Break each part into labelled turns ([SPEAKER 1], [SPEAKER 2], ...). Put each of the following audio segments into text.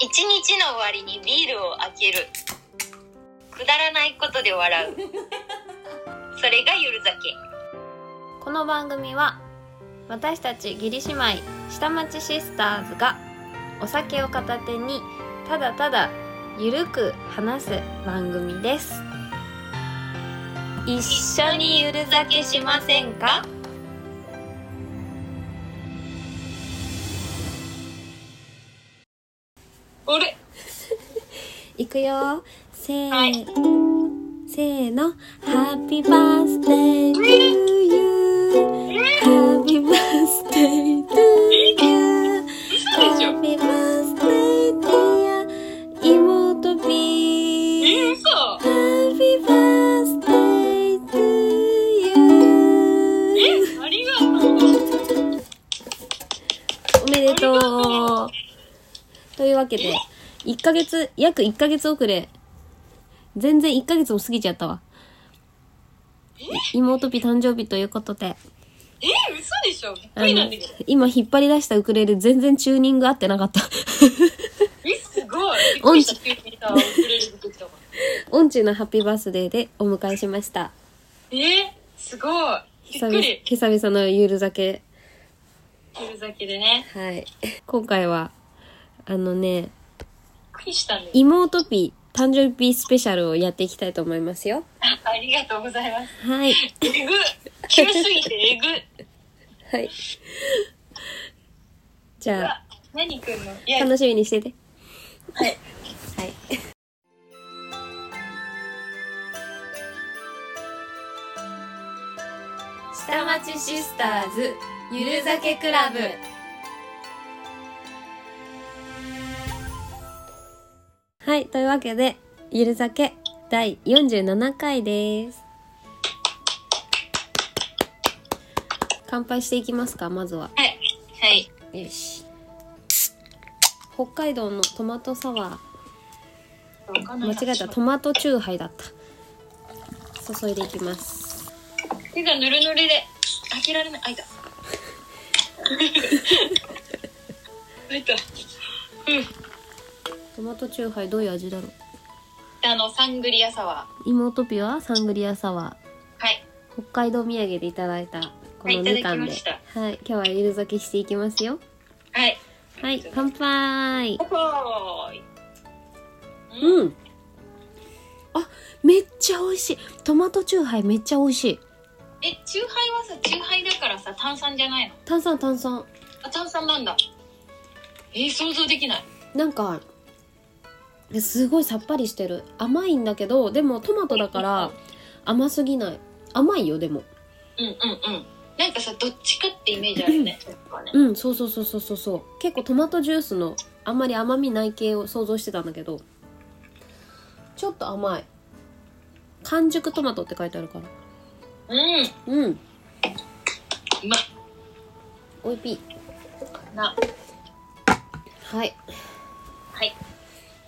[SPEAKER 1] 一日の終わりにビールを開けるくだらないことで笑うそれがゆる酒
[SPEAKER 2] この番組は私たち義理姉妹下町シスターズがお酒を片手にただただゆるく話す番組です一緒にゆる酒しませんか
[SPEAKER 1] あれ
[SPEAKER 2] いくよせー、
[SPEAKER 1] はい
[SPEAKER 2] せーのハッピーバースデー to you ハッピーバースデー to you
[SPEAKER 1] 嘘でし
[SPEAKER 2] ハ
[SPEAKER 1] ょ
[SPEAKER 2] ッピーバースデー to you 妹
[SPEAKER 1] え
[SPEAKER 2] B
[SPEAKER 1] ー、嘘
[SPEAKER 2] ハッピーバースデー to you
[SPEAKER 1] えありがとう
[SPEAKER 2] おめでとうというわけで、1ヶ月、約1ヶ月遅れ。全然1ヶ月も過ぎちゃったわ。妹日誕生日ということで、
[SPEAKER 1] えー、嘘でしょびっくりなんだけど
[SPEAKER 2] 今引っ張り出したウクレレ全然チューニング合ってなかった。
[SPEAKER 1] えすごいびっくりした急にさ遅れる出てきたわ
[SPEAKER 2] オンチのハッピーバースデーでお迎えしました。
[SPEAKER 1] えー、すごいびっ
[SPEAKER 2] 久
[SPEAKER 1] く
[SPEAKER 2] 々
[SPEAKER 1] り
[SPEAKER 2] 久々のゆる酒。
[SPEAKER 1] ゆる酒でね
[SPEAKER 2] はい。今回は、あのね、
[SPEAKER 1] びっくりしたんだよ
[SPEAKER 2] 妹ピ誕生日スペシャルをやっていきたいと思いますよ。
[SPEAKER 1] ありがとうございます
[SPEAKER 2] はい。
[SPEAKER 1] えぐ急すぎてえぐ
[SPEAKER 2] はい。じ
[SPEAKER 1] う
[SPEAKER 2] ゃあ、
[SPEAKER 1] わ何くんのいや
[SPEAKER 2] 楽しみにしてて。
[SPEAKER 1] はい
[SPEAKER 2] はい。下町シスターズゆる酒クラブ。はい、というわけで、ゆる酒第47回です。乾杯していきますか、まずは。
[SPEAKER 1] はいはい
[SPEAKER 2] よし北海道のトマトサワ
[SPEAKER 1] わかん
[SPEAKER 2] ー
[SPEAKER 1] ない
[SPEAKER 2] 間違えたトマトチューハイだった注いでいきます
[SPEAKER 1] 手がぬるぬるで開けられない開いた開いたうん
[SPEAKER 2] トマトチューハイどういう味だろう
[SPEAKER 1] あのサングリアサワ
[SPEAKER 2] 妹ピはサングリアサワー
[SPEAKER 1] ーはい
[SPEAKER 2] 北海道土産でいただいたこの
[SPEAKER 1] はい
[SPEAKER 2] 2
[SPEAKER 1] いた
[SPEAKER 2] 貫
[SPEAKER 1] だきま
[SPEAKER 2] で
[SPEAKER 1] した
[SPEAKER 2] はい今日はゆる酒していきますよ
[SPEAKER 1] はい
[SPEAKER 2] はい
[SPEAKER 1] 乾
[SPEAKER 2] 乾杯
[SPEAKER 1] 杯うん
[SPEAKER 2] うんあめっちゃ美味しいトマトチューハイめっちゃ美味しい
[SPEAKER 1] えチューハイはさチューハイだからさ炭酸じゃないの
[SPEAKER 2] 炭酸炭酸
[SPEAKER 1] あ炭酸なんだえー、想像できない
[SPEAKER 2] なんかすごいさっぱりしてる甘いんだけどでもトマトだから甘すぎない甘いよでも
[SPEAKER 1] うんうんうんなんかさどっちかってイメージあるよねそっかね
[SPEAKER 2] うんそうそうそうそうそうそう結構トマトジュースのあんまり甘みない系を想像してたんだけどちょっと甘い完熟トマトって書いてあるから
[SPEAKER 1] うん
[SPEAKER 2] うん
[SPEAKER 1] うまっ
[SPEAKER 2] おいぴー
[SPEAKER 1] な
[SPEAKER 2] はい
[SPEAKER 1] はい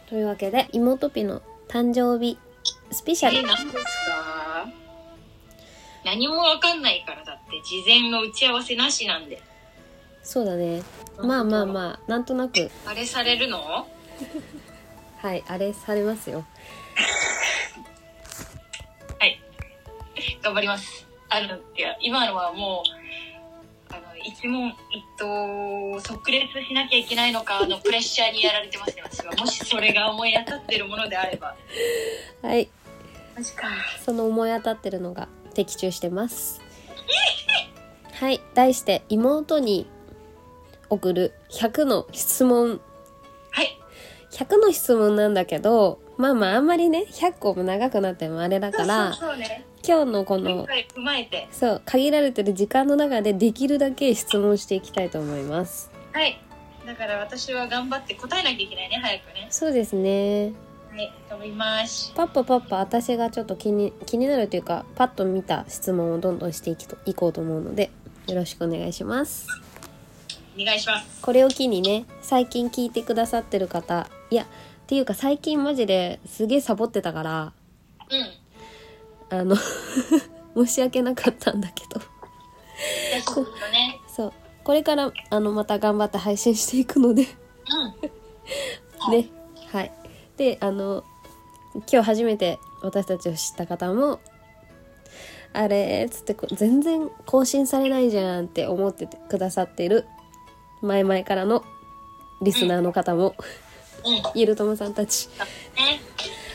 [SPEAKER 2] というわけで妹ピの誕生日スペシャ
[SPEAKER 1] え
[SPEAKER 2] ル
[SPEAKER 1] 何ですか何もわかんないからだって事前の打ち合わせなしなんで
[SPEAKER 2] そうだねまあまあまあなんとなく
[SPEAKER 1] ああれされるの
[SPEAKER 2] はいあれされますよ
[SPEAKER 1] 頑張りますあのいや今のはもうあの一問一答即列しなきゃいけないのかのプレッシャーにやられてますね私はもしそれが思い当たってるものであれば
[SPEAKER 2] はい
[SPEAKER 1] マジか
[SPEAKER 2] その思い当たってるのが的中してます。はい、題して妹に送る100の質問。
[SPEAKER 1] はい
[SPEAKER 2] 100の質問なんだけど、まあまああんまりね、100個も長くなってもあれだから、
[SPEAKER 1] そうそうそうね
[SPEAKER 2] 今日のこ
[SPEAKER 1] 今
[SPEAKER 2] の、
[SPEAKER 1] 回踏まえて
[SPEAKER 2] そう、限られてる時間の中でできるだけ質問していきたいと思います。
[SPEAKER 1] はいだから私は頑張って答えなきゃいけないね早くね
[SPEAKER 2] そうですね。
[SPEAKER 1] はい頑張ります
[SPEAKER 2] パッパパッパ私がちょっと気に気になるというかパッと見た質問をどんどんしていきといこうと思うのでよろしくお願いします。
[SPEAKER 1] お願いします
[SPEAKER 2] これを機にね最近聞いてくださってる方いやっていうか最近マジですげえサボってたから
[SPEAKER 1] うん
[SPEAKER 2] あの 申し訳なかったんだけど
[SPEAKER 1] そうだね
[SPEAKER 2] そうこれからあのまた頑張って配信していくので
[SPEAKER 1] うんはい
[SPEAKER 2] ねはいであの今日初めて私たちを知った方も「あれ?」っつってこう全然更新されないじゃんって思っててくださっている前々からのリスナーの方も、
[SPEAKER 1] うんね
[SPEAKER 2] ゆるともさんたち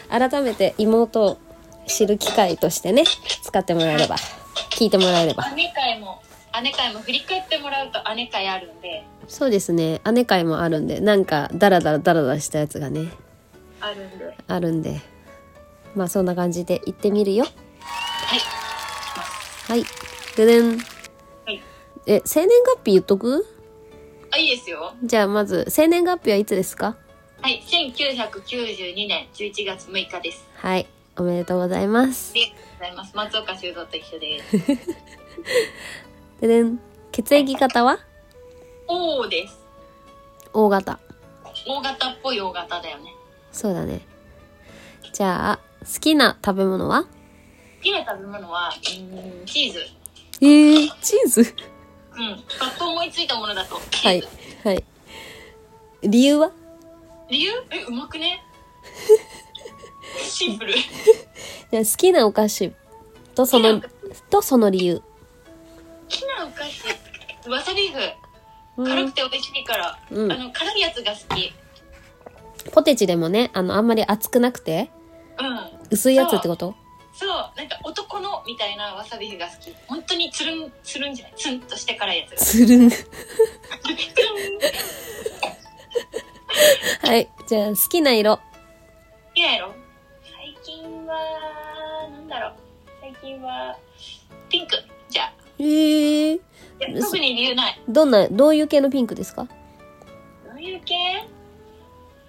[SPEAKER 2] 改めて妹を知る機会としてね使ってもらえれば聞いてもらえれば
[SPEAKER 1] 姉会も姉会も振り返ってもらうと姉会あるんで
[SPEAKER 2] そうですね姉会もあるんでなんかダラダラダラダラしたやつがね
[SPEAKER 1] あるんではい
[SPEAKER 2] あるんでまあそんな感じで行ってみるよはいででん
[SPEAKER 1] はい
[SPEAKER 2] え生年月日言っとく
[SPEAKER 1] あいいですよ
[SPEAKER 2] じゃあまず生年月日はいつですか
[SPEAKER 1] はい1992年11月6日です
[SPEAKER 2] はいおめでとうございます
[SPEAKER 1] ありがとうございます松岡修造と一緒です
[SPEAKER 2] ででん血液型は
[SPEAKER 1] O です
[SPEAKER 2] O 型
[SPEAKER 1] O 型っぽい O 型だよね
[SPEAKER 2] そうだねじゃあ好きな食べ物は
[SPEAKER 1] 好きな食べ物はうーんチーズ
[SPEAKER 2] えー、チー ズ
[SPEAKER 1] うんパッと思いついたものだとチ
[SPEAKER 2] は
[SPEAKER 1] ー
[SPEAKER 2] い
[SPEAKER 1] ズ、
[SPEAKER 2] はい。理由は
[SPEAKER 1] 理由えうまくねシンプル
[SPEAKER 2] じゃあ好きなお菓子とその
[SPEAKER 1] 好きな、
[SPEAKER 2] とその理由。
[SPEAKER 1] 好きなお菓子わさビーフ
[SPEAKER 2] うん
[SPEAKER 1] 辛くて美味しいから、
[SPEAKER 2] うん
[SPEAKER 1] あの辛いやつが好き
[SPEAKER 2] ポテチでもね、あの、あんまり熱くなくて、
[SPEAKER 1] うん
[SPEAKER 2] 薄いやつってこと
[SPEAKER 1] そうなんか男のみたいなわさビーフが好き本当につるんつるんじゃないツンとして辛いやつが
[SPEAKER 2] つるん。 はい。じゃあ、好きな色。
[SPEAKER 1] 好きな色最近はなんだろう最近はピンクじゃあ
[SPEAKER 2] へえ。
[SPEAKER 1] いや特に理由ない
[SPEAKER 2] どんな、どういう系のピンクですか
[SPEAKER 1] どういう系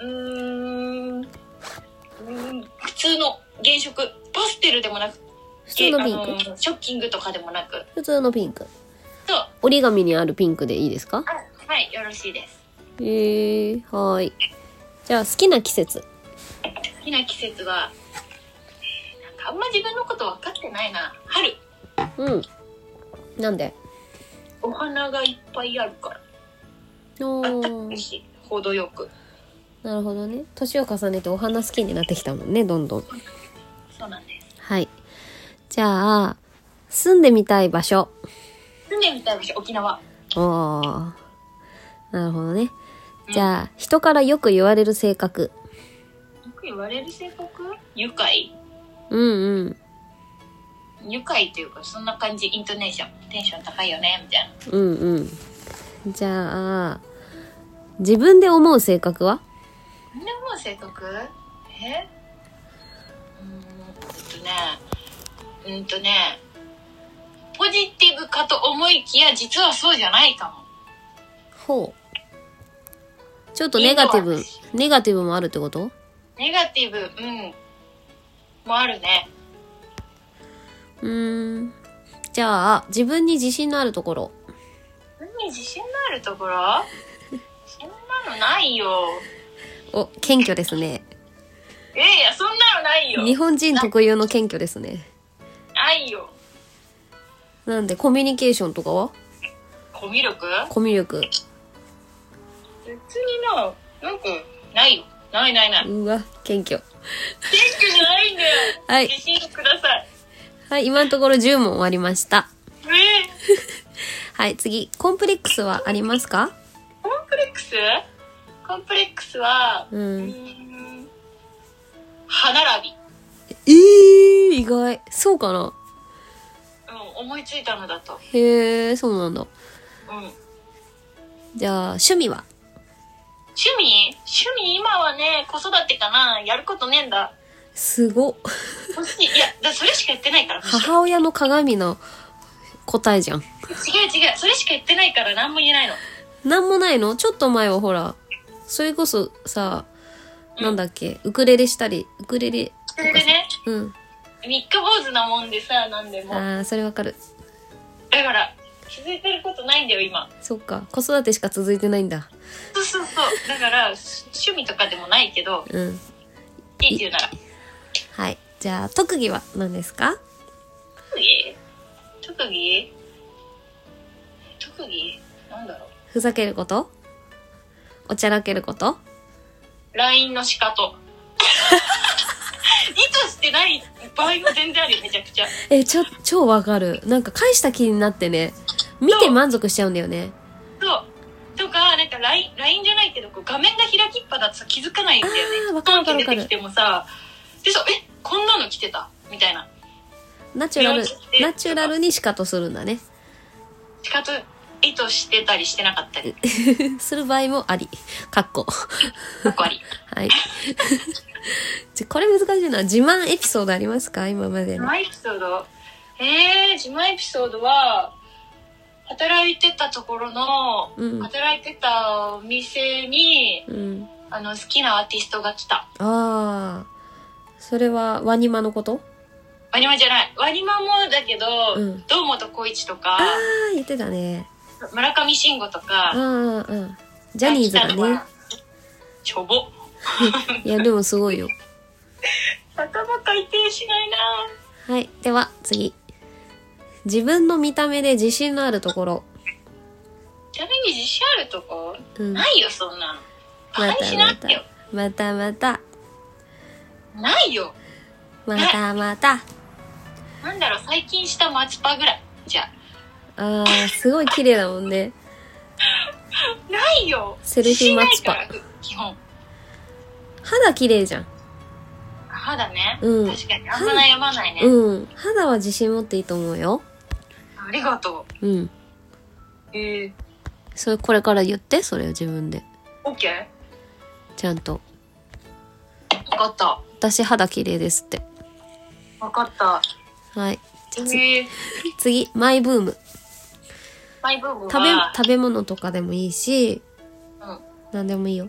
[SPEAKER 1] うーんうーん普通の原色パステルでもなく
[SPEAKER 2] 普通のピン
[SPEAKER 1] あ
[SPEAKER 2] ク
[SPEAKER 1] のショッキングとかでもなく
[SPEAKER 2] 普通のピンク。
[SPEAKER 1] そう
[SPEAKER 2] 折り紙にあるピンクでいいですか
[SPEAKER 1] あはいよろしいです
[SPEAKER 2] へえ、はーい。じゃあ、好きな季節。
[SPEAKER 1] 好きな季節はなんかあんま自分のこと分かってないな春
[SPEAKER 2] うん。なんで
[SPEAKER 1] お花がいっぱいあるから
[SPEAKER 2] お
[SPEAKER 1] あったか
[SPEAKER 2] ー
[SPEAKER 1] い。し程よく
[SPEAKER 2] なるほどね年を重ねてお花好きになってきたもんねどんどん
[SPEAKER 1] そうなんです
[SPEAKER 2] はいじゃあ住んでみたい場所
[SPEAKER 1] 住んでみたい場所沖縄
[SPEAKER 2] おーなるほどねじゃあ、人からよく言われる性格
[SPEAKER 1] よく言われる性格愉快
[SPEAKER 2] うんうん
[SPEAKER 1] 愉快というかそんな感じイントネーションテンション高いよねみたいな
[SPEAKER 2] うんうんじゃあ自分で思う性格は
[SPEAKER 1] みんなもう性格えうーんえっとねうんとねポジティブかと思いきや実はそうじゃないかも
[SPEAKER 2] ほうちょっとネガティブネガティブもあるってこと
[SPEAKER 1] ネガティブうんもあるね
[SPEAKER 2] うーんじゃあ自分に自信のあるところ
[SPEAKER 1] 何自信のあるとこ ろそんなのないよ
[SPEAKER 2] お謙虚ですね
[SPEAKER 1] いやいやそんなのないよ
[SPEAKER 2] 日本人特有の謙虚ですね
[SPEAKER 1] ないよ
[SPEAKER 2] なんでコミュニケーションとかは
[SPEAKER 1] コミュ力
[SPEAKER 2] コミュ力
[SPEAKER 1] 別にななんかないよないない ないう
[SPEAKER 2] わ謙虚
[SPEAKER 1] 謙虚じゃないんだよ
[SPEAKER 2] はい
[SPEAKER 1] 自信ください
[SPEAKER 2] はい今のところ10問終わりました
[SPEAKER 1] えー
[SPEAKER 2] はい次コンプレックスはありますか
[SPEAKER 1] コンプレックスコンプレックスは、
[SPEAKER 2] う
[SPEAKER 1] うんーん、歯並び。
[SPEAKER 2] えー、意外そうかな
[SPEAKER 1] うん、思いついたのだと。
[SPEAKER 2] へえそうなんだ
[SPEAKER 1] うん。
[SPEAKER 2] じゃあ趣味は
[SPEAKER 1] 趣味趣味今はね、子育てかな。やることねえんだ。
[SPEAKER 2] すごっ
[SPEAKER 1] 欲しい。いや、だそれしかやってないから。むしろ
[SPEAKER 2] 母親の鏡の答えじゃん
[SPEAKER 1] 違う違う。それしかやってないから何も言えないの。
[SPEAKER 2] なんもないのちょっと前はほらそれこそさなんだっけウクレレしたりウクレレ
[SPEAKER 1] それでね、
[SPEAKER 2] うん
[SPEAKER 1] 三日坊主なもんでさ、なんでも。だ
[SPEAKER 2] ああそれわかる
[SPEAKER 1] から、気づいてることないんだよ、今。
[SPEAKER 2] そっか子育てしか続いてないんだ
[SPEAKER 1] そうそうそう。だから、趣味とかでもないけど、
[SPEAKER 2] うん
[SPEAKER 1] いいって言うなら。
[SPEAKER 2] はい。じゃあ、特技は何ですか
[SPEAKER 1] 特技特技特技なんだろ
[SPEAKER 2] ふざけることおちゃらけること
[SPEAKER 1] う LINE の仕方。 意図してない場合も全然あるよ、めちゃくちゃ。
[SPEAKER 2] えちょ超わかるなんか返した気になってね見て満足しちゃうんだよね
[SPEAKER 1] そう。とか、なんか LINE、LINE じゃないけど、こう画面が開きっぱだとさ気づかないんだよね。
[SPEAKER 2] あーわかるわかるわかる
[SPEAKER 1] ポンって出てきてもさ、でそう、え、こんなの来てたみたいな。
[SPEAKER 2] ナチュラル
[SPEAKER 1] いやえ
[SPEAKER 2] ナチュラルにしかとするんだね
[SPEAKER 1] 仕方、意図してたりしてなかっ たり、
[SPEAKER 2] する場合もありかっこ
[SPEAKER 1] かっこあり。
[SPEAKER 2] はい。じゃこれ難しいな。自慢エピソードありますか今まで
[SPEAKER 1] 自
[SPEAKER 2] の。
[SPEAKER 1] 慢エピソードえー、自慢エピソードは働いてたところの、
[SPEAKER 2] うん
[SPEAKER 1] 働いてたお店に
[SPEAKER 2] うん。
[SPEAKER 1] あの好きなアーティストが来た
[SPEAKER 2] ああ。それはワニマのこと
[SPEAKER 1] ワニマじゃないワニマもだけど、
[SPEAKER 2] うん
[SPEAKER 1] 堂本光一とか
[SPEAKER 2] ああ、言ってたね。
[SPEAKER 1] 村上信五と
[SPEAKER 2] うん
[SPEAKER 1] か
[SPEAKER 2] うんうん。ジャニーズ
[SPEAKER 1] が
[SPEAKER 2] が
[SPEAKER 1] 来たの
[SPEAKER 2] ね
[SPEAKER 1] は。ちょぼ
[SPEAKER 2] いや、でもすごいよ。
[SPEAKER 1] 頭回転しないな
[SPEAKER 2] はい。では、次。自分の見た目で自信のあるところ。
[SPEAKER 1] 誰に自信あるとこ
[SPEAKER 2] うん。ま
[SPEAKER 1] ないよそんなの
[SPEAKER 2] た
[SPEAKER 1] バカにしな
[SPEAKER 2] ま
[SPEAKER 1] って
[SPEAKER 2] た
[SPEAKER 1] よ。
[SPEAKER 2] またまた。
[SPEAKER 1] ないよ
[SPEAKER 2] またまた。
[SPEAKER 1] なんだろう最近した松葉ぐらいじゃ
[SPEAKER 2] あ
[SPEAKER 1] あ
[SPEAKER 2] あ、すごい綺麗だもんね。
[SPEAKER 1] ないよ
[SPEAKER 2] セルフィーマツパ
[SPEAKER 1] しないから基本
[SPEAKER 2] 肌綺麗じゃん。
[SPEAKER 1] 肌ね、
[SPEAKER 2] うん
[SPEAKER 1] 確かにあんま悩まないね、
[SPEAKER 2] うん。肌は自信持っていいと思うよ。
[SPEAKER 1] ありがと
[SPEAKER 2] うん。
[SPEAKER 1] うえ
[SPEAKER 2] それこれから言ってそれを自分で
[SPEAKER 1] ー、OK? よ
[SPEAKER 2] ちゃんと
[SPEAKER 1] かった
[SPEAKER 2] 私肌綺麗ですって
[SPEAKER 1] 分かった
[SPEAKER 2] はいじゃあつ
[SPEAKER 1] えー、
[SPEAKER 2] 次マイブーム
[SPEAKER 1] マイブームは
[SPEAKER 2] 食べ食べ物とかでもいいし
[SPEAKER 1] うん
[SPEAKER 2] 何でもいいよ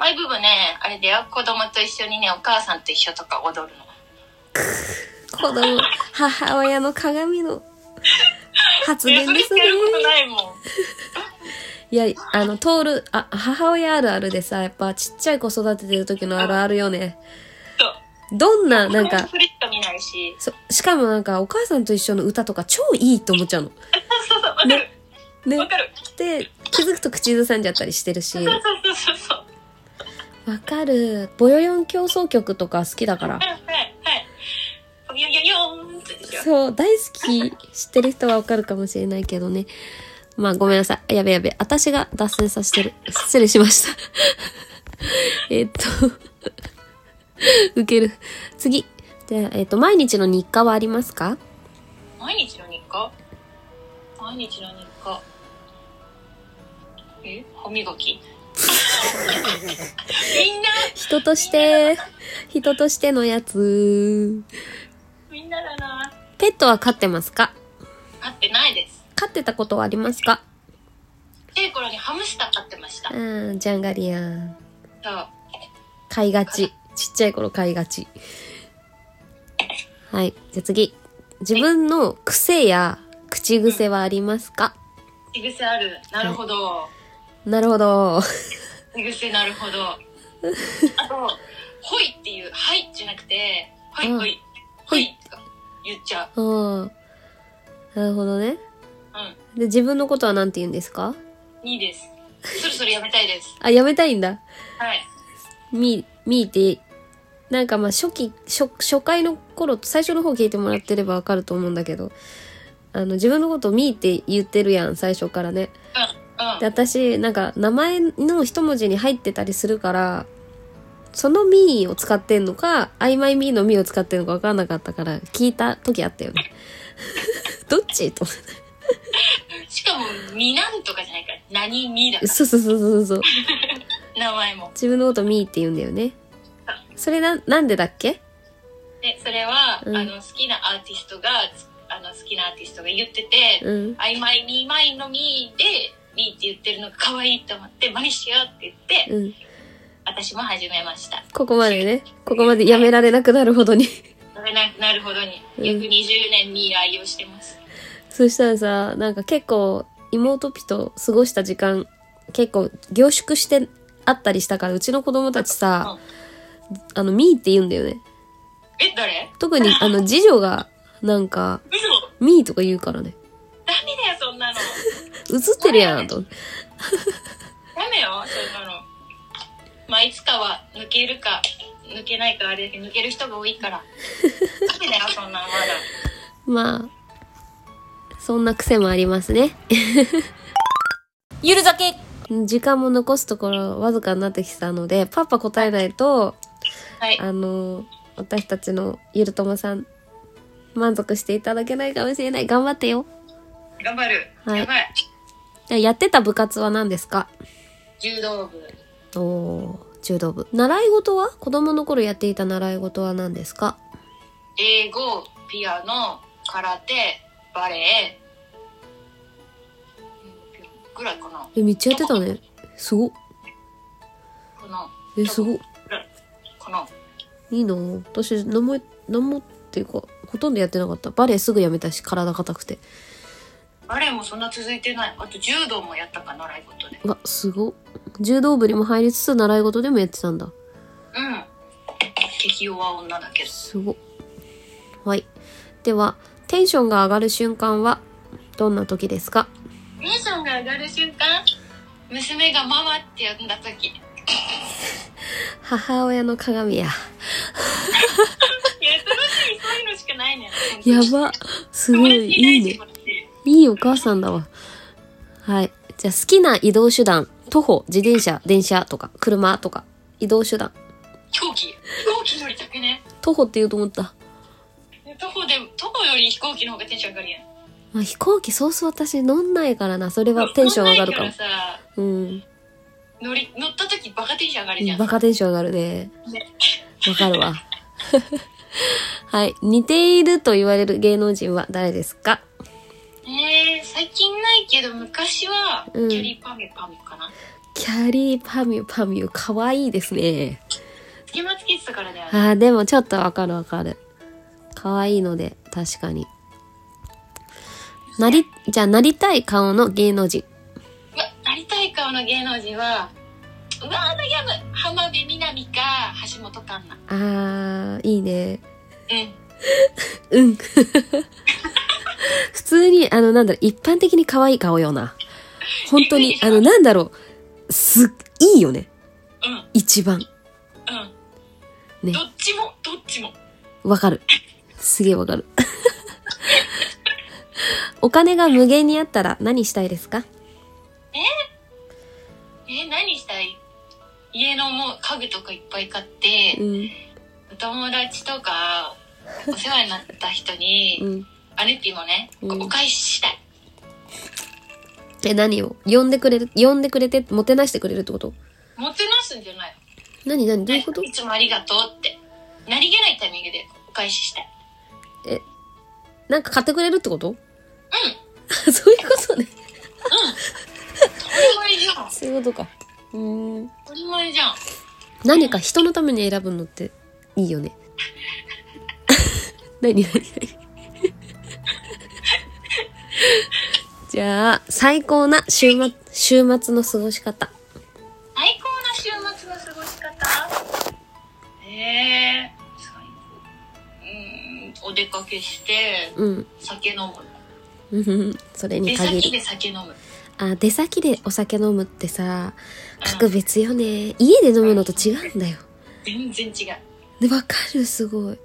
[SPEAKER 1] マイブームねあれだよ子供と一緒にねお母さんと一緒とか踊るの
[SPEAKER 2] 子供母親の鏡の発言
[SPEAKER 1] それ
[SPEAKER 2] ですね
[SPEAKER 1] やること ないもん
[SPEAKER 2] いやあの通るあ母親あるあるでさやっぱちっちゃい子育ててる時のあるあるよね
[SPEAKER 1] そう
[SPEAKER 2] どんななん
[SPEAKER 1] 子供
[SPEAKER 2] か
[SPEAKER 1] それしか見ないし
[SPEAKER 2] そしかもなんかお母さんと一緒の歌とか超いいと思っちゃうの
[SPEAKER 1] そうそうわかる
[SPEAKER 2] ね
[SPEAKER 1] わかる
[SPEAKER 2] で気づくと口ずさんじゃったりしてるし
[SPEAKER 1] そうそうそうそうは
[SPEAKER 2] わかる。ボヨヨン競争曲とか好きだから
[SPEAKER 1] い。はいはいよよよーんってでしょ
[SPEAKER 2] そう、大好き。知ってる人はわかるかもしれないけどね。まあごめんなさい。やべやべ。私が脱線させてる。失礼しました。 えっと。受ける。次。じゃあ、えっと、毎日の日課はありますか
[SPEAKER 1] 毎日の日課毎日の日課え歯磨きみんな
[SPEAKER 2] 人として、人としてのやつ。
[SPEAKER 1] みんなだな
[SPEAKER 2] ペットは飼ってますか
[SPEAKER 1] 飼ってないです
[SPEAKER 2] 飼ってたことはありますか
[SPEAKER 1] 小さい頃にハムスター飼ってました
[SPEAKER 2] あ
[SPEAKER 1] そう
[SPEAKER 2] ー、ジャンガリアン。買いがち。ちっちゃい頃買いがち。はい。じゃあ次。自分の癖や口癖はありますか、
[SPEAKER 1] 口癖あるなるほど
[SPEAKER 2] なるほど。
[SPEAKER 1] 口癖なるほどあと「ほい」っていう「はい」じゃなくて「ほい
[SPEAKER 2] うん
[SPEAKER 1] ほい」「ほい」とか言っちゃ
[SPEAKER 2] うん。なるほどね。
[SPEAKER 1] ううん
[SPEAKER 2] で、自分のことは何て言うんですか
[SPEAKER 1] いいですそろそろやめたいです
[SPEAKER 2] あ、やめたいんだ。
[SPEAKER 1] はい
[SPEAKER 2] み、みーって、なんかまあ初期、初、初回の頃、最初の方聞いてもらってればわかると思うんだけど、あの、自分のことみーって言ってるやん、最初からね。
[SPEAKER 1] うんうん
[SPEAKER 2] で私なんか名前の一文字に入ってたりするからその「ミー」を使ってんのか「曖昧ミー」の「ミー」を使ってんのか分からなかったから聞いた時あったよね どっちと思っ
[SPEAKER 1] しかも、みなんとかじゃないから、何みだか
[SPEAKER 2] てそうそうそうそうそう
[SPEAKER 1] ら、名前も。
[SPEAKER 2] 自分のこと「ミー」って言うんだよねそれななんでだっけ
[SPEAKER 1] で、それは、
[SPEAKER 2] うん
[SPEAKER 1] あの、好きなアーティストが、つあの、好きなアーティストが言ってて、
[SPEAKER 2] うん
[SPEAKER 1] あいまいみまいのみで、みって言ってるのが可愛いと思って、真似しようって言って、
[SPEAKER 2] うん
[SPEAKER 1] 私も始めました。
[SPEAKER 2] ここまでねここまでやめられなくなるほどに
[SPEAKER 1] ななるほどに、
[SPEAKER 2] うん
[SPEAKER 1] 約20年に愛用してます。
[SPEAKER 2] そしたらさなんか結構妹ピと過ごした時間結構凝縮してあったりしたからうちの子供たちさ「あのミー」って言うんだよね
[SPEAKER 1] え、誰
[SPEAKER 2] 特にあの次女がなんか
[SPEAKER 1] 嘘
[SPEAKER 2] 「ミー」とか言うからね
[SPEAKER 1] ダメだよ、そんなの。
[SPEAKER 2] 映ってるやんと思って
[SPEAKER 1] ダメよ、そんなの。まあ、いつかは、けるか抜けないかあれだけど抜ける人が多いから ダメだよそんなまだ
[SPEAKER 2] まあそんな癖もありますね
[SPEAKER 3] ゆる酒
[SPEAKER 2] 時間も残すところわずかになってきたのでパッパ答えないと
[SPEAKER 1] はい
[SPEAKER 2] あの私たちのゆるともさん満足していただけないかもしれない頑張ってよ
[SPEAKER 1] 頑張る、
[SPEAKER 2] はい
[SPEAKER 1] やばい
[SPEAKER 2] やってた部活は何ですか
[SPEAKER 1] 柔道部
[SPEAKER 2] おー柔道部習い事は子供の頃やっていた習い事は何ですか
[SPEAKER 1] 英語ピアノ空手バレエうんぐらいかな
[SPEAKER 2] えめっちゃやってたねすごっ
[SPEAKER 1] この
[SPEAKER 2] えすごっ
[SPEAKER 1] この
[SPEAKER 2] いいなぁ私何も何もっていうかほとんどやってなかったバレエすぐやめたし体硬くて
[SPEAKER 1] バレエもそんな続いてないあと柔道もやったかな習い事で
[SPEAKER 2] うわすごっ柔道部にも入りつつ習い事でもやってたんだ
[SPEAKER 1] うん適応は女だけど
[SPEAKER 2] すごっはいではテンションが上がる瞬間はどんな時ですか
[SPEAKER 1] テンションが上がる瞬間娘がママって呼んだ時い
[SPEAKER 2] 母親の鏡や
[SPEAKER 1] や楽しみそういうのしかないね
[SPEAKER 2] やばすごいいいねいいお母さんだわ。はい。じゃあ好きな移動手段。徒歩、自転車、電車とか、車とか、移動手段。
[SPEAKER 1] 飛行機飛行機乗りたくね
[SPEAKER 2] 徒歩って言うと思った。
[SPEAKER 1] 徒歩で徒歩より飛行機の方がテンション上がるやん
[SPEAKER 2] まあ、飛行機そうそう私乗んないからな。それはテンション上がるかも
[SPEAKER 1] 乗ん。ないらさ
[SPEAKER 2] うん。
[SPEAKER 1] 乗り乗った時バカテンション上がるじゃん
[SPEAKER 2] バカテンション上がるね
[SPEAKER 1] ね。
[SPEAKER 2] わかるわ。 はい。似ていると言われる芸能人は誰ですか
[SPEAKER 1] えー、最近ないけど昔はキ
[SPEAKER 2] うん
[SPEAKER 1] ャリーパミュパミュかな
[SPEAKER 2] キャリーパミュパミュ、かわいいですね。
[SPEAKER 1] つけまつけてたからだよね
[SPEAKER 2] あーでもちょっとわかるわかる可愛いので確かになりじゃあなりたい顔の芸能人
[SPEAKER 1] うわなりたい顔の芸能人はうわー悩む浜辺美波か橋本環奈
[SPEAKER 2] あーいいね
[SPEAKER 1] うん
[SPEAKER 2] うん普通にあのなんだろう一般的に可愛い顔よな本当にあのなんだろうすいいよね
[SPEAKER 1] うん
[SPEAKER 2] 一番
[SPEAKER 1] うん。
[SPEAKER 2] ね
[SPEAKER 1] どっちも、どっちも。
[SPEAKER 2] わかるすげえわかる お金が無限にあったら何したいですか
[SPEAKER 1] え、何したい家のもう家具とかいっぱい買って
[SPEAKER 2] う、ん
[SPEAKER 1] お友達 とか、お世話になった人
[SPEAKER 2] う
[SPEAKER 1] に、
[SPEAKER 2] ん
[SPEAKER 1] アネピもね、
[SPEAKER 2] うん
[SPEAKER 1] お返ししたい。
[SPEAKER 2] え、何を呼んでくれる、呼んでくれて、もてなしてくれるってこと
[SPEAKER 1] もてなすんじゃない
[SPEAKER 2] 何何どういうこと
[SPEAKER 1] ねいつもありがとうって。何気ないタイミングでお返ししたい。
[SPEAKER 2] なんか買ってくれるってことうん。 そういうことね。
[SPEAKER 1] 当たり前じゃん。
[SPEAKER 2] そういうことか。うーん。
[SPEAKER 1] 当たり前じゃん。
[SPEAKER 2] 何か人のために選ぶのっていいよね。 何何何 じゃあ、最高な週末、週末の過ごし方。
[SPEAKER 1] 最高な週末の過ごし方えー、最高。うーん、お出かけして、
[SPEAKER 2] うん。
[SPEAKER 1] 酒飲
[SPEAKER 2] う
[SPEAKER 1] む。
[SPEAKER 2] んうんそれに
[SPEAKER 1] 出
[SPEAKER 2] 限り。
[SPEAKER 1] 先で酒飲む。
[SPEAKER 2] あ、出先でお酒飲むってさ、格別よね。家で飲むのと違うんだよ。
[SPEAKER 1] 全然違う
[SPEAKER 2] でわかるすごい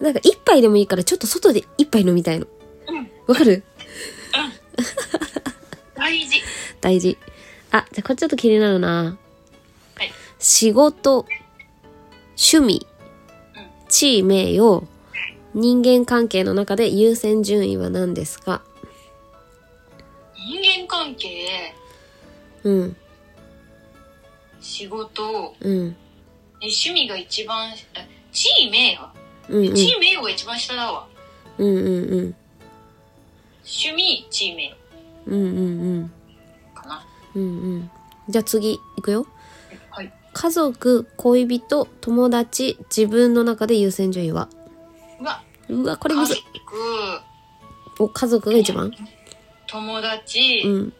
[SPEAKER 2] なんか一杯でもいいからちょっと外で一杯飲みたいの
[SPEAKER 1] うん
[SPEAKER 2] わかる
[SPEAKER 1] 大事
[SPEAKER 2] 大事あじゃあこれちょっと気になるな、
[SPEAKER 1] はい
[SPEAKER 2] 仕事趣味
[SPEAKER 1] うん
[SPEAKER 2] 地位名誉人間関係の中で優先順位は何ですか
[SPEAKER 1] 人間関係
[SPEAKER 2] うん
[SPEAKER 1] 仕事
[SPEAKER 2] うん
[SPEAKER 1] え趣味が一番あ地位名誉
[SPEAKER 2] うんうん
[SPEAKER 1] 地位名誉が一番下だわ
[SPEAKER 2] うんうんうん
[SPEAKER 1] 趣味地位名誉
[SPEAKER 2] うんうん
[SPEAKER 1] かな
[SPEAKER 2] うんうんうんじゃあ次いくよ
[SPEAKER 1] はい
[SPEAKER 2] 家族恋人友達自分の中で優先順位は
[SPEAKER 1] うわ
[SPEAKER 2] うわこれ
[SPEAKER 1] 家
[SPEAKER 2] むず
[SPEAKER 1] 族
[SPEAKER 2] いお家族が一番
[SPEAKER 1] 友達、
[SPEAKER 2] うん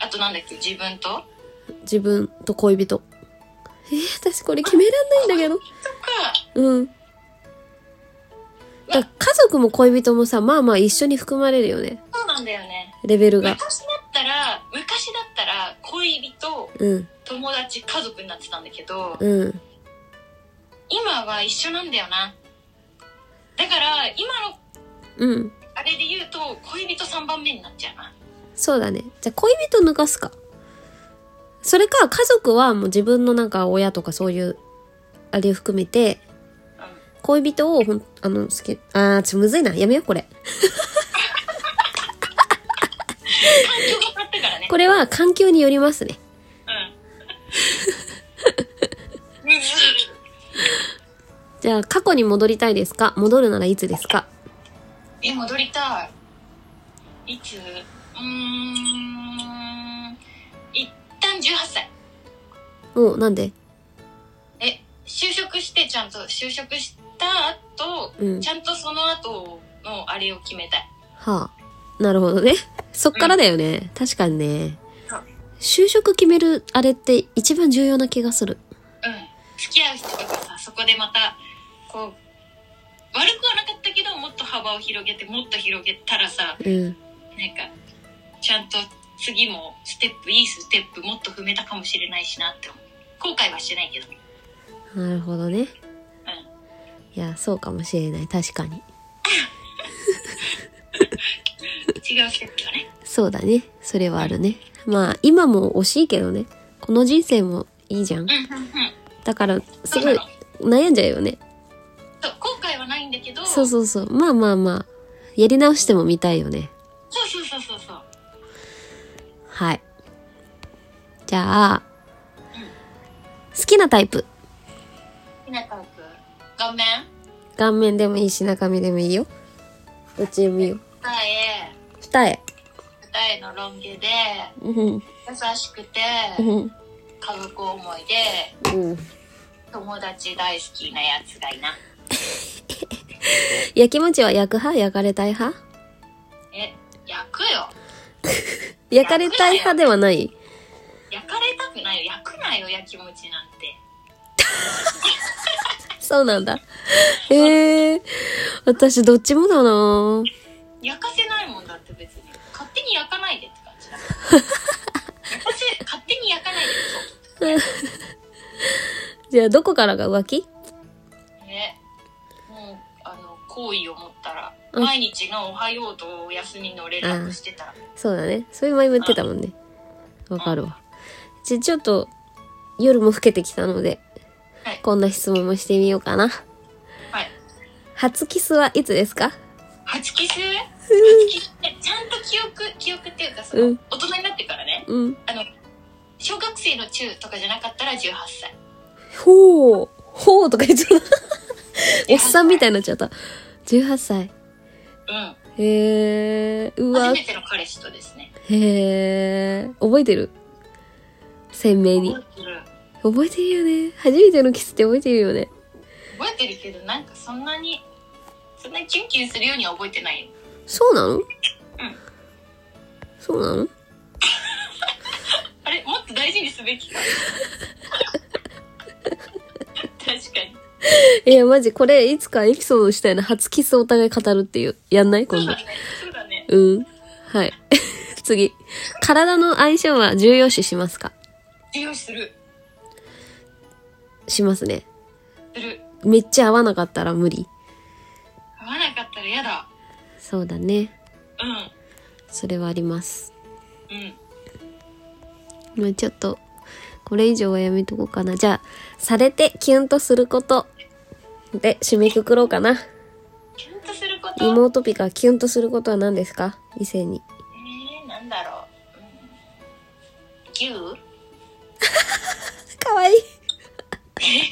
[SPEAKER 1] あとなんだっけ自分と
[SPEAKER 2] 自分と恋人えー、私これ決めらんないんだけど
[SPEAKER 1] とか
[SPEAKER 2] うんだから家族も恋人もさまあまあ一緒に含まれるよね
[SPEAKER 1] そうなんだよね
[SPEAKER 2] レベルが
[SPEAKER 1] 昔だったら昔だったら恋恋人
[SPEAKER 2] うん
[SPEAKER 1] 友達家族になってたんだけど
[SPEAKER 2] うん
[SPEAKER 1] 今は一緒なんだよなだから今の
[SPEAKER 2] うん
[SPEAKER 1] あれで言うと恋人3番目になっちゃうな
[SPEAKER 2] そうだねじゃあ恋人抜かすかそれか家族はもう自分のなんか親とかそういうあれを含めて恋人をほんあの好きあーちょむずいなやめようこれ
[SPEAKER 1] 環境が変わったから ね
[SPEAKER 2] これは環境によりますね
[SPEAKER 1] うん むずい
[SPEAKER 2] じゃあ過去に戻りたいですか戻るならいつですか
[SPEAKER 1] え戻りたいいつうーん一旦18歳
[SPEAKER 2] おなんで
[SPEAKER 1] え就職してちゃんと就職した後、
[SPEAKER 2] うん
[SPEAKER 1] ちゃんとその後のあれを決めたい
[SPEAKER 2] はあなるほどね そっからだよね、確かにね
[SPEAKER 1] そう
[SPEAKER 2] 就職決めるあれって一番重要な気がする
[SPEAKER 1] うん付き合う人とかさそこでまたこう悪くはなかったけどもっと幅を広げてもっと広げたらさ
[SPEAKER 2] うん
[SPEAKER 1] なんかちゃんと次もステップいいステップもっと踏めたかもしれないしなって思う後悔はしてないけど
[SPEAKER 2] なるほどねいやそうかもしれない確かに
[SPEAKER 1] 違うステップだね
[SPEAKER 2] そうだねそれはあるねまあ今も惜しいけどねこの人生もいいじゃん
[SPEAKER 1] うんうんうん
[SPEAKER 2] だからす
[SPEAKER 1] そう
[SPEAKER 2] ご
[SPEAKER 1] ないの
[SPEAKER 2] 悩んじゃうよね
[SPEAKER 1] そう後悔はないんだけど
[SPEAKER 2] そうそうそうまあまあまあやり直しても見たいよね
[SPEAKER 1] そうそうそうそうそう
[SPEAKER 2] はい。じゃあ、好きなタイプ。
[SPEAKER 1] ひなたくん顔面
[SPEAKER 2] 顔面でもいいし、中身でもいいよ。どっちでもいいよ。
[SPEAKER 1] 二重
[SPEAKER 2] 二重。
[SPEAKER 1] 二重のロン毛で
[SPEAKER 2] うん。
[SPEAKER 1] 優しくて
[SPEAKER 2] うん。
[SPEAKER 1] 家族思いで友達大好きなやつがいな
[SPEAKER 2] 焼きもちは焼く派焼かれたい派
[SPEAKER 1] え焼くよ
[SPEAKER 2] 焼かれたい派ではない
[SPEAKER 1] 焼かれたくないよ焼くなよ焼きもちなんて
[SPEAKER 2] そうなんだ。ええー。私どっちもだな
[SPEAKER 1] 焼かせないもんだって別に勝手に焼かないでって感 じだ焼かせ勝手に焼かないで
[SPEAKER 2] じゃあどこからが浮気
[SPEAKER 1] そうねもうあの好意を持ったら
[SPEAKER 2] うん
[SPEAKER 1] 毎日が「おはよう」と「お休み」の連絡してたら
[SPEAKER 2] そうだね。そういう前も言ってたもんね。わかるわ。じゃあちょっと夜も更けてきたので、
[SPEAKER 1] はい
[SPEAKER 2] こんな質問もしてみようかな。
[SPEAKER 1] はい
[SPEAKER 2] 初キスはいつですか
[SPEAKER 1] 初キス初キスってちゃんと記憶記憶っていうかその、
[SPEAKER 2] うん
[SPEAKER 1] 大人になってからね
[SPEAKER 2] うん。
[SPEAKER 1] あの小学生の中とかじゃなかったら18歳
[SPEAKER 2] ほう。ほうとか言っちゃった。おっさんみたいになっちゃった。18歳。
[SPEAKER 1] うん
[SPEAKER 2] へえー。う
[SPEAKER 1] 初
[SPEAKER 2] わ。
[SPEAKER 1] めての彼氏とですね
[SPEAKER 2] へえー。覚えてる鮮明に
[SPEAKER 1] 覚。えてる
[SPEAKER 2] 覚えてるよね。初めてのキスって覚えてるよね。
[SPEAKER 1] 覚えてるけどなんかそんなにそんなにキュンキュンするようには覚えてないよ
[SPEAKER 2] そうなのそうなの
[SPEAKER 1] あれもっと大事にすべきか確かに
[SPEAKER 2] いや、マジ、これ、いつかエピソードしたいな。初キスお互い語るっていう。やんない
[SPEAKER 1] そう
[SPEAKER 2] 今度
[SPEAKER 1] だ。ねそうだね
[SPEAKER 2] うん。はい。 次。体の相性は重要視しますか
[SPEAKER 1] 利用する
[SPEAKER 2] しますね。
[SPEAKER 1] する
[SPEAKER 2] めっちゃ合わなかったら無理。
[SPEAKER 1] 合わなかったら嫌だ
[SPEAKER 2] そうだね。
[SPEAKER 1] うん
[SPEAKER 2] それはあります。
[SPEAKER 1] うん
[SPEAKER 2] まあちょっと、これ以上はやめとこうかな。じゃあ、されてキュンとすること。で、締めくくろうかな。
[SPEAKER 1] キュンとすること
[SPEAKER 2] 妹ピカ、キュンとすることは何ですか異性に。
[SPEAKER 1] えー、なんだろう、うん、牛
[SPEAKER 2] かわいい。
[SPEAKER 1] 牛じ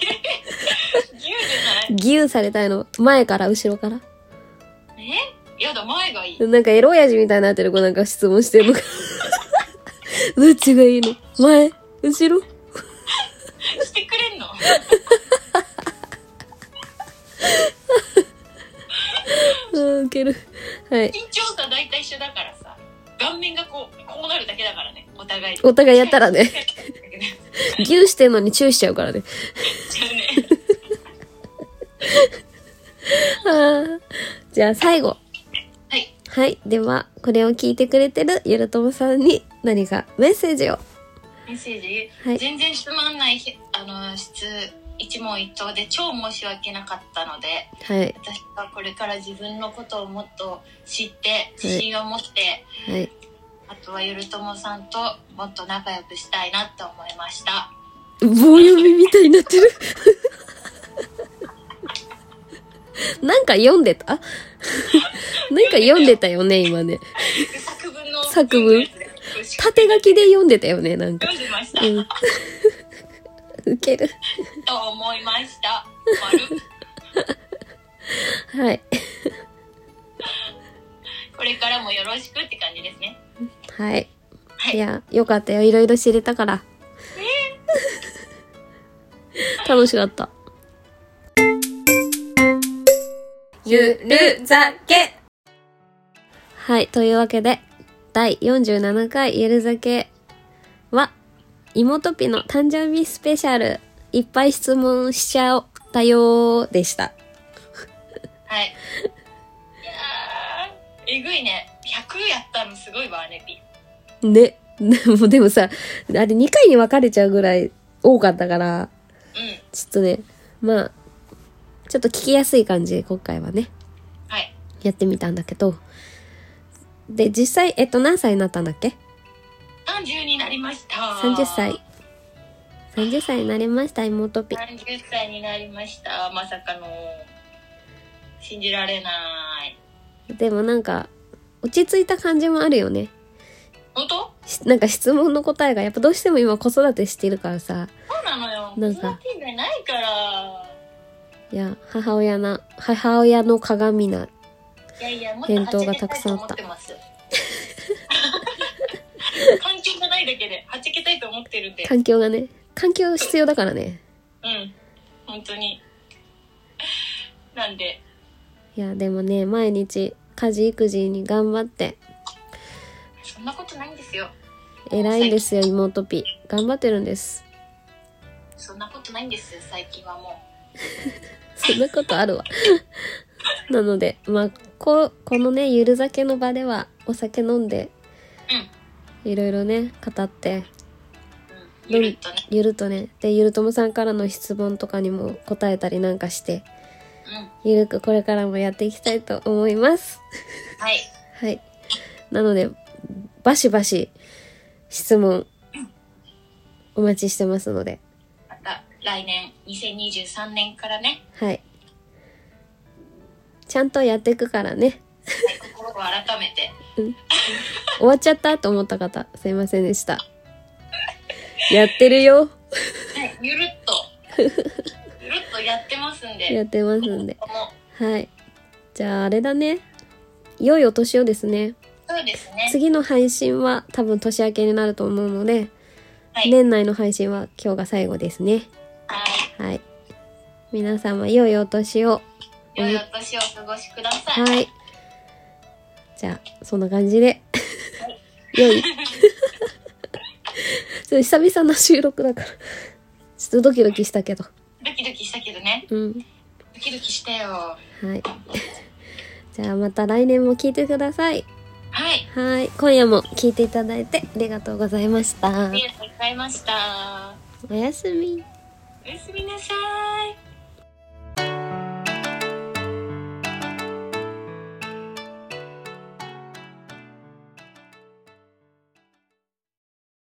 [SPEAKER 1] ゃ
[SPEAKER 2] ギューされたいの。前から後ろから。
[SPEAKER 1] ないえやだ前がいい
[SPEAKER 2] なんかエロ親父みたいになってる子なんか質問してるのか。どっちがいいの前後ろ
[SPEAKER 1] してくれんの
[SPEAKER 2] うん、ウケる。はい。
[SPEAKER 1] 身長差大体一緒だからさ顔面がこうこうなるだけだからねお互い
[SPEAKER 2] お互いやったらね
[SPEAKER 1] 違
[SPEAKER 2] ギューしてんのにチューしちゃうからね。
[SPEAKER 1] うね
[SPEAKER 2] あーじゃあ最後。
[SPEAKER 1] はい
[SPEAKER 2] はい。では、これを聞いてくれてるゆるともさんに何かメッセージを。
[SPEAKER 1] うメッセージ、
[SPEAKER 2] はい
[SPEAKER 1] 全然つまんないひあの質一問一答で超申し訳なかったので
[SPEAKER 2] はい
[SPEAKER 1] 私はこれから自分のことをもっと知って自信を持って、
[SPEAKER 2] はい
[SPEAKER 1] あとはゆるともさんともっと仲良くしたいなって思いました
[SPEAKER 2] 棒読みみたいになってる なんか読んでた なんか読んでたよね今ね
[SPEAKER 1] 作文の
[SPEAKER 2] 作文縦書きで読んでたよねなんか
[SPEAKER 1] 読んでました、
[SPEAKER 2] うん ウケる
[SPEAKER 1] と思いました丸
[SPEAKER 2] はい
[SPEAKER 1] これからもよろしくって感じですね
[SPEAKER 2] はい
[SPEAKER 1] はい
[SPEAKER 2] いやよかったよいろいろ知れたから楽しかった
[SPEAKER 3] ゆるざけ
[SPEAKER 2] はい、というわけで、第47回ゆる酒は、妹ピの誕生日スペシャル、いっぱい質問しちゃおったよーでした。
[SPEAKER 1] はい。いやー、えぐいね。100やったのすごいわ、ねピ。
[SPEAKER 2] ね、 でもでもさ、あれ2回に分かれちゃうぐらい多かったから、
[SPEAKER 1] うん。
[SPEAKER 2] ちょっとね、まあ、ちょっと聞きやすい感じで今回はね、
[SPEAKER 1] はい。
[SPEAKER 2] やってみたんだけど、で、実際、えっと、何歳になったんだっけ
[SPEAKER 1] 30になりました。
[SPEAKER 2] ?30 歳。。30歳になりました、妹ピ。
[SPEAKER 1] 30歳になりました。まさかの。信じられない。
[SPEAKER 2] でもなんか落ち着いた感じもあるよね
[SPEAKER 1] 本当
[SPEAKER 2] しなんか質問の答えがやっぱどうしても今子育てしてるからさ
[SPEAKER 1] そうなのよ。
[SPEAKER 2] なんか
[SPEAKER 1] 子育てがないから。
[SPEAKER 2] いや母親な母親の鏡ない
[SPEAKER 1] やいや、もっと
[SPEAKER 2] 返答がたくさんあった
[SPEAKER 1] はちゃけいと思てます。環境がないだけで、はちゃけたいと思ってるんで。
[SPEAKER 2] 環境がね環境必要だからね
[SPEAKER 1] うん。本当に。なんで、
[SPEAKER 2] いやでもね毎日家事育児に頑張って
[SPEAKER 1] そんなことないんですよ。
[SPEAKER 2] 偉いんですよ妹ピ頑張ってるんです
[SPEAKER 1] そんなことないんですよ、最近はも
[SPEAKER 2] そんなことあるわ なのでまあここのねゆる酒の場ではお酒飲んでいろいろね語って
[SPEAKER 1] う。うん。ゆるっとね。
[SPEAKER 2] ゆるとねでゆるともさんからの質問とかにも答えたりなんかして
[SPEAKER 1] うん。
[SPEAKER 2] ゆるくこれからもやっていきたいと思います
[SPEAKER 1] はい。
[SPEAKER 2] はいなのでバシバシ質問お待ちしてますので
[SPEAKER 1] また、来年、2023年からね、
[SPEAKER 2] はいちゃんとやっていくからね
[SPEAKER 1] はい心を改めて。
[SPEAKER 2] 終わっちゃったと思った方すいませんでしたやってるよ
[SPEAKER 1] はい。ゆ るっと。ゆるっとやってますん
[SPEAKER 2] や
[SPEAKER 1] で。
[SPEAKER 2] ってますんで
[SPEAKER 1] も
[SPEAKER 2] はいじゃああれだね良いお年をですね
[SPEAKER 1] うそうですね。
[SPEAKER 2] 次の配信は多分年明けになると思うので、
[SPEAKER 1] はい。
[SPEAKER 2] 年内の配信は今日が最後ですね。
[SPEAKER 1] はい。
[SPEAKER 2] はい。皆様、良いお年を。
[SPEAKER 1] 良いお年をお過ごしください。
[SPEAKER 2] はい。じゃあ、そんな感じで。良い。ちょ っと久々の収録だから。ちょっとドキドキしたけど。
[SPEAKER 1] ドキドキしたけどね。
[SPEAKER 2] うん。
[SPEAKER 1] ドキドキしたよ。
[SPEAKER 2] はい。じゃあ、また来年も聞いてください。
[SPEAKER 1] はい。
[SPEAKER 2] はい。今夜も聞いていただいてありがとうございました
[SPEAKER 1] あ。りがとうございました。
[SPEAKER 2] おやすみ。
[SPEAKER 1] おやすみなさい。